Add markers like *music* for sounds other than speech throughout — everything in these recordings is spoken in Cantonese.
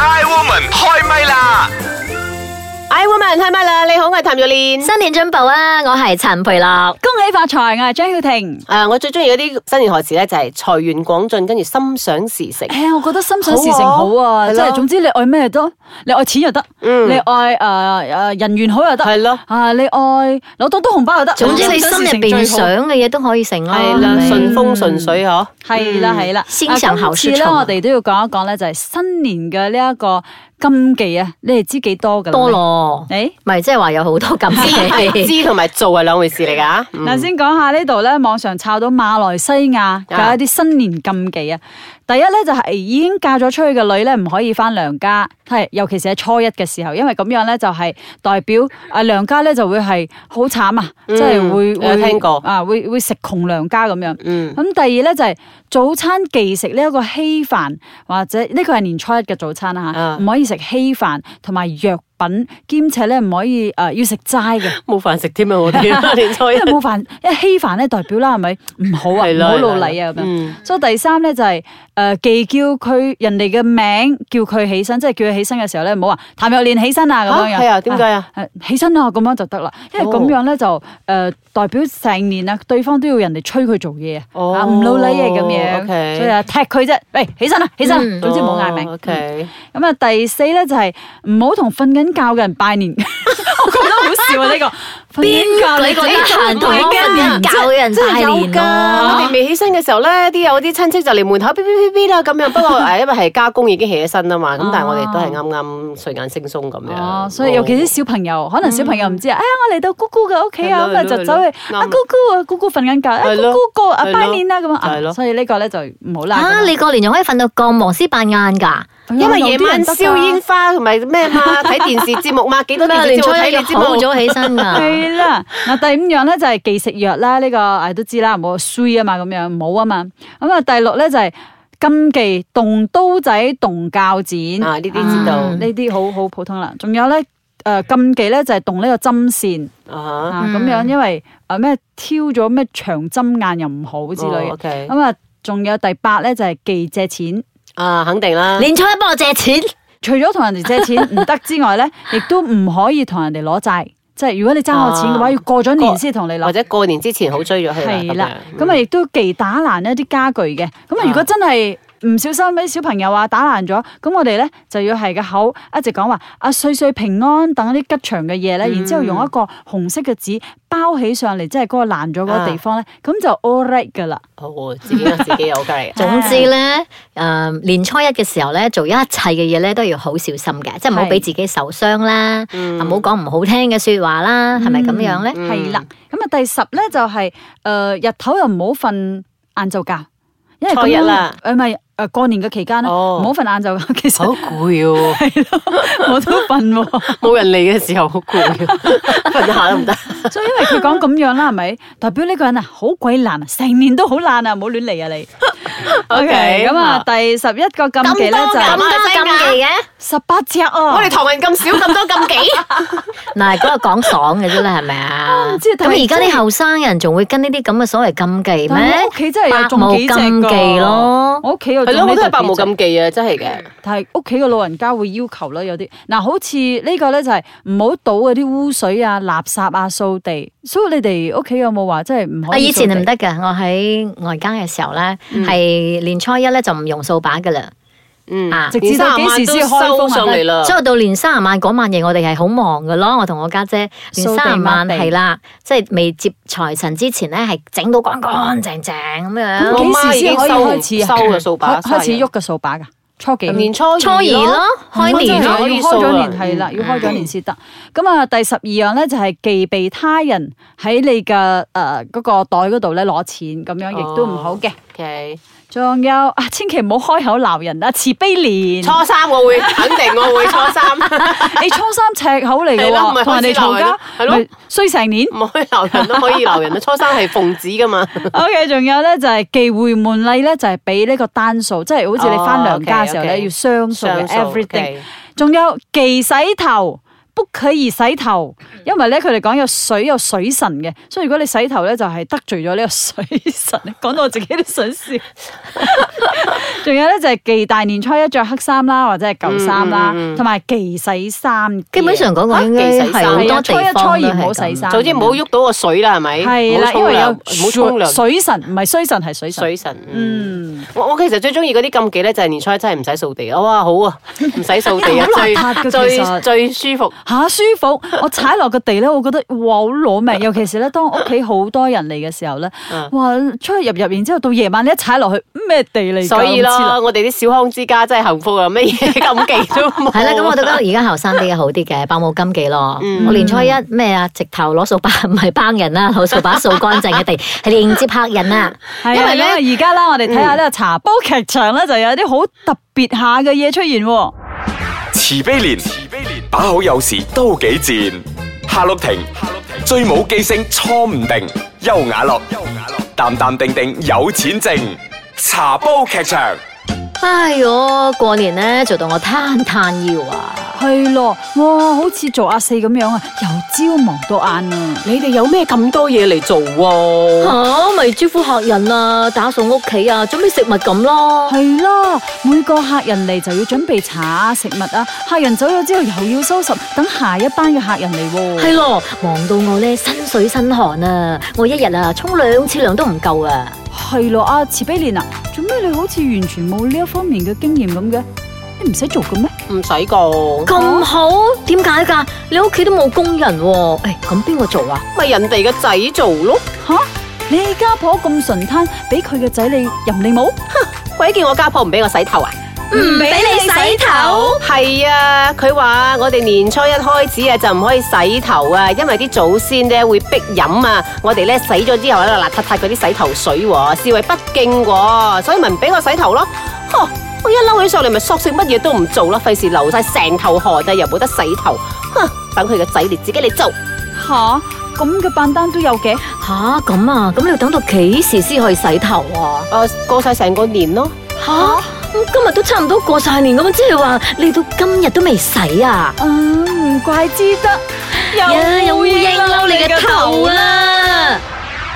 I Woman 開唛啦！ I woman 開唛啦！你好，我係譚玉蓮。新年進步啊！我係陳培樂，恭喜發財，我係張曉婷。誒、我最中意嗰啲新年賀詞咧，就係財源廣進，跟住心想事 *laughs* 成。誒，我覺得心想事成好啊，好啊即係係咯總之你愛咩都，你愛錢又得，嗯你愛誒誒人緣好又得，係咯，啊你愛攞多多紅包又得，總之你心入邊想嘅嘢都可以成啦。係啦，係咪順風順水嗬。係啦係啦，先上後啊說今次咧從我哋都要講一講咧，就係新年嘅呢一個禁忌啊，你哋知幾多噶？多。咯，誒。咪即係話有好多咁 *laughs* 係嘅。知同埋做係兩回事嚟㗎。嗯啊嗱，先講下呢度咧，網上抄到馬來西亞嘅一啲新年禁忌啊。第一咧就係已經嫁咗出去嘅女咧，唔可以翻娘家，係尤其是喺初一嘅時候，因為咁樣咧就係代表啊娘家咧就會係好慘啊，嗯即係會我有會聽過啊，會會食窮娘家咁樣。嗯，咁第二咧就係早餐忌食呢一個稀飯，或者呢個係年初一嘅早餐啦啊嚇，唔可以食稀飯同埋藥品，兼且咧唔可以誒要食齋嘅。冇飯食添啊！ *laughs* 我哋年初一因為冇飯，一稀飯咧代表啦，係咪唔好啊，係唔啦好老禮啊咁樣。嗯所以第三咧就係、誒、既叫佢人哋嘅名，叫佢起身，即係叫佢起身嘅時候咧，唔好話譚若蓮起身啊咁嚇樣樣。係啊？點解啊？誒起身啊，咁樣就得啦，因為咁樣咧就誒、呃代表成年啊，對方都要人哋催佢做嘢啊，哦啊唔老禮嘅咁樣 OK 哦所以啊踢佢啫，喂起身啦，啊起身啦，嗯總之冇嗌名。 O K，咁啊，第四咧就係唔好同瞓緊覺嘅人拜年。我覺得好笑啊！呢個瞓緊覺你覺得閒同我瞓啊緊覺嘅人真係拜有年㗎。我咯哋？未起身嘅時候咧，啲有啲親戚就嚟門口嗶嗶嗶嗶啦咁 *laughs* 樣。不過誒，因為係家公已經起咗身啦嘛，咁但係我哋都係啱啱睡眼惺忪咁樣。哦，所以尤其啲小朋友，可能小朋友唔知啊，哎呀，我嚟到姑姑嘅屋企啊，嗯係咯咁啊係咯就走去係咯啊啱姑姑啊，姑姑瞓緊覺，啊係咯姑姑過啊係咯拜年啦咁係啊咯啊，所以呢個咧就唔 *laughs* 好啦。啊，你過年仲可以瞓到咁黃絲扮眼㗎？咁樣因為夜有啲晚人得㗎燒煙花同埋咩嘛，睇電視節目嘛，幾多電咩？視年節初目睇一你要節目好早起身啊 *laughs* 㗎。係啦，嗱第五樣咧就係忌食藥啦，呢個誒都知啦，唔好衰啊嘛，咁樣唔好啊嘛。咁啊第六咧就係禁忌動刀仔、動鉸剪啊呢啲知道啊呢啲好好普通啦。仲有咧。誒、禁忌咧就係動呢個針線啊啊咁樣，因為誒咩挑咗咩長針眼又唔好哈之哦類嘅。Ờ, ，OK 咁啊，仲有第八咧就係忌借錢，啊，肯定啦。年初一幫我 *laughs* 借錢，除咗同人哋借錢唔得之外咧，亦都唔可以同人哋攞債，即係如果你爭我錢嘅啊話，要過咗年先同你攞或。者嗯過年之前好追咗佢啦。係啦，咁樣咁啊亦都忌打爛一啲家具嘅。咁啊，如果真係唔小心俾小朋友啊打爛咗，咁我哋咧就要係個口一直講話啊歲歲平安等一啲吉祥嘅嘢咧，嗯然之後用一個紅色嘅紙包起上嚟，即係嗰個爛咗嗰個地方咧，咁就 all right 噶啦。哦，自己有自己有梗係總之咧，誒年初一嘅時候咧，做一切嘅嘢咧都要好小心嘅，即係唔好係俾自己受傷啦，啊嗯唔好講唔好聽嘅説話啦，係咪咁樣咧？嗯係啦，咁啊第十咧就係、呃日頭又唔好瞓晏晝覺，因為咁初一樣啦誒咪誒過年嘅期間咧，哦唔好瞓晏 *laughs* 晝覺。其好實攰喎，我都瞓喎。冇人嚟嘅時候好攰喎，瞓下都唔得。所以因為佢講咁樣啦，係咪代表呢個人啊好鬼爛啊，成年都好爛啊，唔好亂嚟 *laughs* 啊你。OK，咁啊，第十一個禁忌咧就咁係多禁忌嘅，十八隻啊。我哋唐人咁少咁多禁忌，嗱嗰個講爽嘅啫啦，係咪啊？唔知但係咁而家啲後生人仲會跟呢啲咁嘅所謂禁忌但係咩我屋？企真係有百無中幾隻禁㗎忌咯我屋企有係種咯，呢我都係特百無別隻禁忌啊，真係嘅。但係屋企嘅老人家會要求啦，有啲嗱，好似呢個咧就係唔好倒嗰啲污水啊、垃圾啊、掃地。所以你哋屋企有冇話真係唔可啊！以？嗯以前係唔，得嘅，我喺外間嘅時候咧，係年初一咧就唔用掃把嘅啦，嗯啊直至到幾時先開收封上嚟啊？啦。所以到年三十晚嗰晚夜，我哋係好忙嘅咯。我同我家姐年三十晚掃地抹地係啦，即係未接財神之前咧，係整到乾乾淨淨咁咁樣。我幾媽時已經先可以收開始啊收嘅掃把，啊開開始生日喐嘅掃把㗎，初幾？年初二初二咯，開年真係咯，可要以開掃咗啦年係啦，嗯要開咗年先得。咁啊，第十二樣咧就係忌避他人喺你嘅誒嗰個袋嗰度咧攞錢，咁樣亦都唔好嘅。 OK，仲有啊，千祈唔好開口鬧人啊，慈悲蓮。初三我會肯定我會初三，你初三赤口嚟嘅係咯唔係喎，同人哋嘈交，開始鬧人咯係咪衰 *laughs* 成年。唔可以鬧人都可以鬧人啦。初三係奉旨噶嘛。 OK，仲有咧就係忌回門禮咧，就係俾呢個單數，即係好似你翻娘家嘅時哦候，OK，OK 咧要雙數嘅雙數 everything。 OK 仲有忌洗頭。不可以洗頭，嗯因為咧佢哋講有水有水神嘅，所以如果你洗頭咧就係、得罪咗呢個水神。 *laughs* 講到我自己都想笑。 *laughs* 仲有咧就係忌大年初一着黑衫啦，或者係舊衫啦，嗯嗯嗯同埋忌洗衫嘅。基本上嗰個應該啊係啊好多地方初一初二唔好洗衫總之唔好喐到個水啦，係咪？係啦，唔好因沖為涼有唔好沖涼。水神，唔係衰神係水神。水神，嗯，嗯，我我其實最中意嗰啲禁忌咧，就係年初一真係唔使掃地啊！哇，好啊，唔使掃地啊好邋遢，㗎最其最實最舒服。嚇、舒 *laughs* 服！我踩落個地咧，我覺得哇好攞命，尤其是咧當屋企好多人嚟嘅時候咧， *laughs* 嗯哇出去入入，然之後到夜晚你一踩落去咩地嚟㗎？所以咁黐咯，落我哋啲小康之家真係幸福啊！乜嘢 *laughs* 禁忌都冇。係啦，咁我都覺得 *laughs* 而家後生啲嘅好啲嘅，百冇禁忌咯。嗯我年初一咩啊，直頭攞掃把， *laughs* 唔係幫人啦，攞掃把掃乾淨 *laughs* 嘅地，係迎接客人啊。係因啊，為呢嗯因為而家啦，我哋睇下呢個茶煲劇場咧，就有啲好特別下嘅嘢出現喎。慈悲蓮，慈悲蓮，把口有時都幾賤。夏綠庭，夏綠庭，最冇記性錯唔定。優雅樂，優雅樂，淡淡定定有錢剩。茶煲劇場，哎呦，過年咧做到我攤攤腰啊！係咯，哇，好似做阿四咁樣啊，由朝忙到晏啊。你哋有咩咁多嘢嚟做喎、吓，咪招呼客人啊，打掃屋企啊，準備食物咁咯。係啦，每個客人嚟就要準備茶啊、食物啊，客人走咗之後又要收拾，等下一班嘅客人嚟喎。係咯，忙到我咧身水身汗啊！我一日啊沖兩次涼都唔夠啊！係咯，啊慈悲蓮啊，做咩你好似完全冇呢一方面嘅經驗咁嘅？你唔使做嘅咩？唔使講，咁好，點解㗎？你屋企都冇工人喎、誒咁邊個做啊？咪人哋嘅仔做咯，吓、你家婆咁純攤，俾佢嘅仔你任你冇？鬼叫我家婆唔俾我洗頭啊！唔俾你洗頭？係啊，佢話我哋年初一開始啊就唔可以洗頭啊，因為啲祖先咧會逼飲啊，我哋咧洗咗之後喺度邋遢遢嗰啲洗頭水喎、視為不敬喎、所以咪唔俾我洗頭咯。呵，我一嬲起上嚟咪索性乜嘢都唔做啦，費事流晒成頭汗啊，又冇得洗頭。哼，等佢個仔你自己嚟做。吓，咁嘅扮單都有嘅，吓咁啊？咁你要等到幾時先可以洗頭啊？誒、過晒成個年咯。吓、咁今日都差唔多過晒年咁啊，即係話你到今日都未洗啊？啊，唔怪之得，呀有烏蠅嬲你嘅頭啊！啦！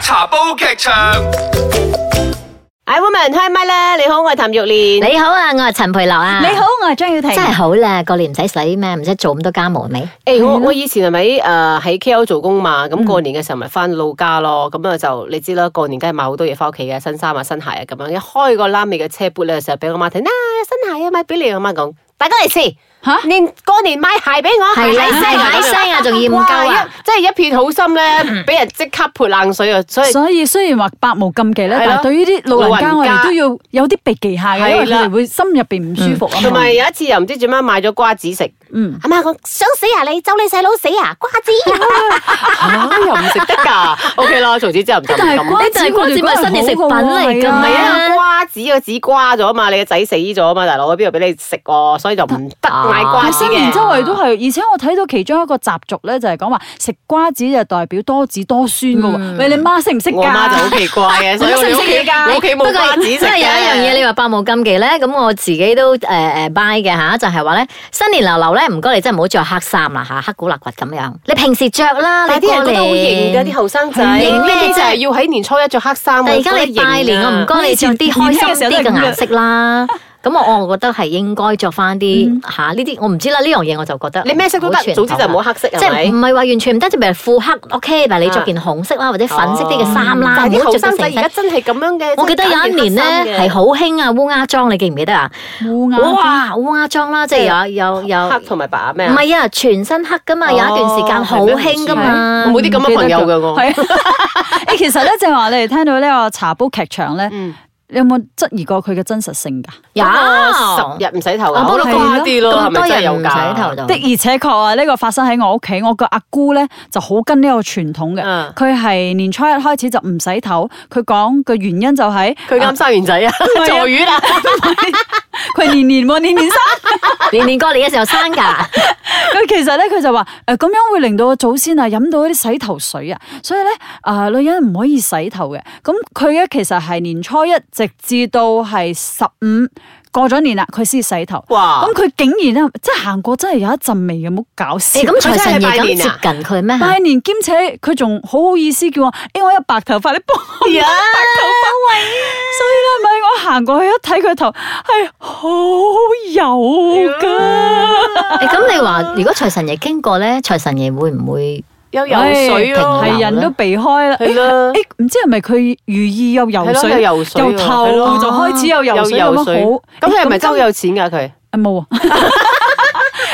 茶煲劇場。 I woman hi my 啦，你好，我係譚玉蓮。你好啊，我係陳培樂啊。你好，，我係張耀庭。真係好啦，過年唔使洗咩，唔使做咁多家務未？誒、我我以前係咪誒喺 K.O. 做工嘛？咁過年嘅時候咪翻老家咯，咁啊就你知啦，過年梗係買好多嘢翻屋企嘅，新衫啊、新鞋啊咁樣。一開個拉尾嘅車杯咧，成日俾我媽睇，嗱、新鞋啊買俾你，我媽講，大家嚟試嚇年過年買鞋俾我，係啦，鞋買啊咁樣聲啊，仲要唔哇夠啊！一即係一片好心咧，俾人即刻潑冷水啊！所以所以雖然話百無禁忌咧，係咯但係對於啲老人家，老我人家哋都要有啲避忌下嘅，因為係啦佢哋會心入邊唔舒服同啊嘛埋。有一次又唔知做咩買咗瓜子食， *laughs* 嗯，阿媽講想死啊你，咒你細佬死啊，瓜子嚇又唔食得㗎。O K 啦，從此之後唔就唔但咁係啦。瓜呢就係子，瓜子咪新年食品嚟㗎唔瓜係啊！啊，瓜子個子瓜咗嘛，你個仔死咗嘛，大佬邊度俾你食喎？所以就唔得啊買瓜但子新年嘅周。圍都係，而且我睇到其中一個習俗咧，就係講話食瓜子就代表多子多孫嘅喎。喂，你媽識唔識嗯我媽就好㗎？奇怪嘅， *laughs* 所以我哋屋企我屋企冇瓜子食不過真係有一樣嘢，嘅。你話百無禁忌咧，咁我自己都誒誒 buy 嘅吓，就係話咧新年流流咧，唔該你真係唔好着黑衫啦吓，黑古勒骨咁樣。你平時着啦，但係你啲人過覺得好型㗎，年啲後生仔。唔型咩呢啲就啫係要喺年初一着黑衫。但係而家啊你拜年，我唔該。該你着啲開心啲嘅顏色 *laughs* 啦。咁我我覺得係應該着翻啲吓呢啲，我唔知啦呢樣嘢我就覺得嗯你咩色都得好傳，統總之就唔好啦黑色即係係咪哦啊唔？係話完全唔得，即係譬如褲黑 OK，但係你着件紅色啦或者粉色啲嘅衫啦，哦但係唔啲好後着到生仔而成家身。真係咁樣嘅。我記得有一年咧係好興啊烏鴉裝，你記唔記得啊？烏鴉哇！烏鴉裝啦，即係有有有，黑同埋白咩唔係啊，全身黑噶嘛，有一段時間好興噶嘛。我冇啲咁嘅朋友㗎我。係 *laughs* 誒，其實咧就係話你哋聽到呢個茶煲劇場咧，嗯你有冇質疑過佢嘅真實性㗎？有十日唔洗頭啊，啊我都係誇咯啲咯，係咁多咪真係有人唔㗎？洗頭就的而且確啊，呢、個發生喺我屋企，我個阿姑咧就好跟呢個傳統嘅嗯，佢係、年初一開始就唔洗頭，佢講個原因就係、 *laughs* 佢啱生完仔啊，啊坐月啦。 *laughs* 佢年年喎，年 *laughs* 年生。年年過年嘅時候生㗎，佢其實咧，佢就話誒咁樣會令到個祖先啊飲到嗰啲洗頭水啊，所以咧啊、女人唔可以洗頭嘅。咁佢咧其實係年初一直至到係十五。過咗年啦，佢先洗頭。哇咁佢竟然咧，啊即係行過真係有一陣味嘅，冇搞笑。誒咁佢真財神爺係拜咁接年啊近佢咩？拜年兼且佢仲好好意思叫我，誒我有白頭髮，你幫我呀哎啊 *laughs* 所以咧，咪我行過去一睇佢頭係好油噶，誒咁你話如果財神爺經過咧，財神爺會唔會？有游水咯，哎啊係人都避開啦。係啦誒誒唔知係咪佢寓意有游係咯水，有游水喎由頭係咯就開始有游水咁有樣游水好。咁佢係咪誒真係好有錢㗎佢？*laughs* 啊冇啊？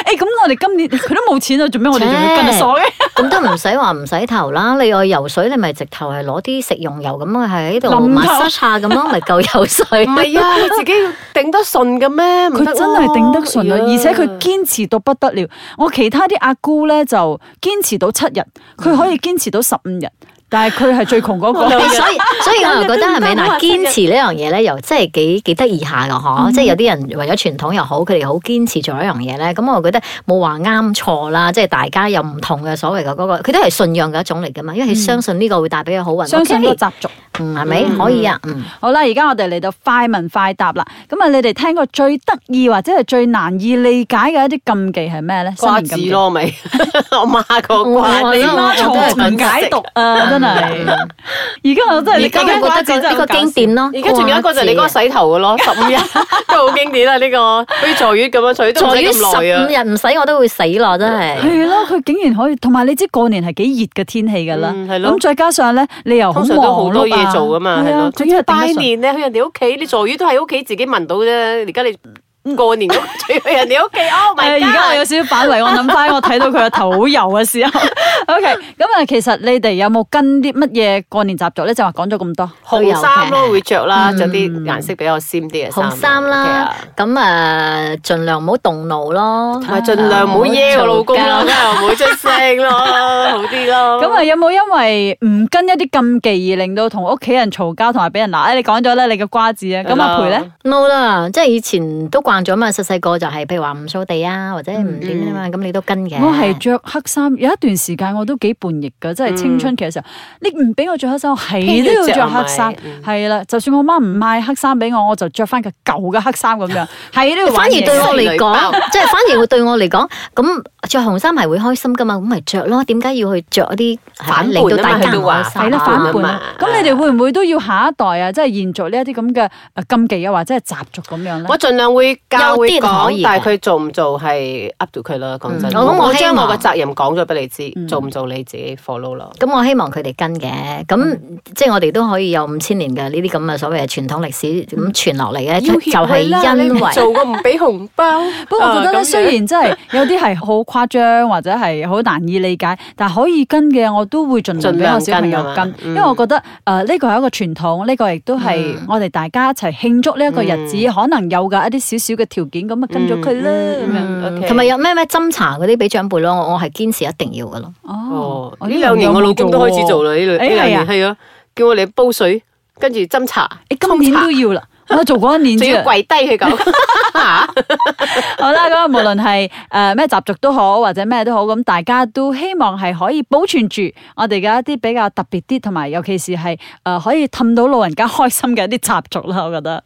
誒咁我哋今年佢都冇錢啊，做咩我哋仲要跟切佢傻嘅？咁都唔使話唔洗頭啦，你愛游水，你咪直頭係攞啲食用油咁啊，係喺度淋頭 massage à, 下咁咯，咪夠游水。唔係啊，你自己頂得順嘅咩？唔佢得真係頂得順啊，咯而且佢堅持到不得了。我其他啲阿姑咧就堅持到七日，佢可以堅持到十五日，但係佢係最窮嗰個。 *laughs* 所以所以我又覺得係咪嗱，堅持呢樣嘢咧，又真係幾幾得意下噶嗯嗬，即係有啲人為咗傳統又好，佢哋好堅持做一樣嘢咧。咁我覺得冇話啱錯啦，即係大家有唔同嘅所謂嘅嗰個，佢都係信仰嘅一種嚟噶嘛，嗯因為佢相信呢個會帶俾佢好運。相信個 OK，習俗。嗯係咪可以啊？嗯，好啦，而家我哋嚟到快問快答啦。咁啊，你哋聽過最得意或者係最難以理解嘅一啲禁忌係咩咧？新瓜年禁子忌，咯，咪 *laughs* 我媽個瓜，我你我媽我都係唔咁解讀啊，真係。而家我真係而你家講緊我瓜覺子得真個係呢好個搞笑經典咯。而家仲有一個就係你嗰個洗頭嘅咯，十五日都好經典啦。呢個好似坐月咁樣，坐月都唔在使於十咁耐啊。五日唔使我都會死咯，真係。係啊咯，佢竟然可以，同埋你知過年係幾熱嘅天氣㗎啦，嗯係咯咁再加上咧，你又好通忙常碌都啊好多嘢做噶嘛，係係啊咯。總之係頂拜得順年咧，去人哋屋企，你坐月都喺屋企自己聞到啫。而家你過年嗰個就 *laughs* 去人哋屋企，Oh 誒 my 哎而家我 god！有少少反胃，我諗翻我睇到佢個頭好油嘅時候。OK，咁啊，其實你哋有冇跟啲乜嘢過年習俗咧？就話講咗咁多，紅衫咯會着啦，着啲嗯顏色比較鮮啲嘅衫。紅衫啦 OK 啊，咁啊，盡量唔好動怒咯，同埋盡量唔好啊惹我老公唔咯，好梗嘈交係唔好出聲 *laughs* 咯，好啲咯。咁啊有冇因為唔跟一啲禁忌而令到同屋企人嘈交，同埋俾人鬧？誒，你講咗啦，你嘅瓜子啊，咁阿培咧， no 啦，即係以前都慣咗嘛，細細個就係譬如話唔掃地啊，或者嗯唔點啊嘛，咁你都跟嘅。我係着黑衫，有一段時間我都幾叛逆㗎，即係青春期嘅時候，你唔俾我着黑衫，我係都要着黑衫偏要着係咪，係啦，就算我媽唔買黑衫俾我，我就着翻個舊嘅黑衫咁樣，係都要反玩而嘢對 *laughs* 我玩嘢嚟包講，即係反而會對我嚟講，咁着紅衫係會開心噶嘛，咁咪着咯。點解要去着一啲係反咪叛啊嘛令到大家佢唔都話開心？係啦，反叛嘛啊！咁你哋會唔會都要下一代啊，即係延續呢一啲咁嘅呃禁忌啊，或者係習俗咁樣咧我？盡量會教有會啲可講以，嘅但係佢做唔做係 up to 佢啦。講真，嗯我咁我希將望我嘅責任講咗俾你知，做唔做你自己 follow 咯。咁我希望佢哋跟嘅，咁嗯即係我哋都可以有五千年嘅呢啲咁嘅所謂嘅傳統歷史嗯咁傳落嚟嘅，就就係因為做過唔俾紅包，不過我覺得啊咁咧，樣雖然真係有啲係好誇張或者係好難以理解，但係可以跟嘅我都會盡量俾我小朋友盡量跟啊跟嘛，嗯嗯因為我覺得誒呢個係一個傳統，呢個亦都係我哋大家一齊慶祝呢一個日子，可能有㗎一啲少少嘅條件，咁啊跟咗佢啦咁樣。嗯，OK 同埋有咩咩斟茶嗰啲俾長輩咯，我我係堅持一定要噶咯。哦，我呢兩年我老公都開始做啦，呢兩哎呢兩係年啊，係啊，叫我哋煲水，跟住斟茶，誒今年 *laughs* 都要啦，我做嗰一年仲啫要。跪低去講。好啦，咁啊，無論係誒咩習俗都好，或者咩都好，咁大家都希望係可以保存住我哋嘅一啲比較特別啲，同埋尤其是係誒、呃可以氹到老人家開心嘅一啲習俗啦，我覺得。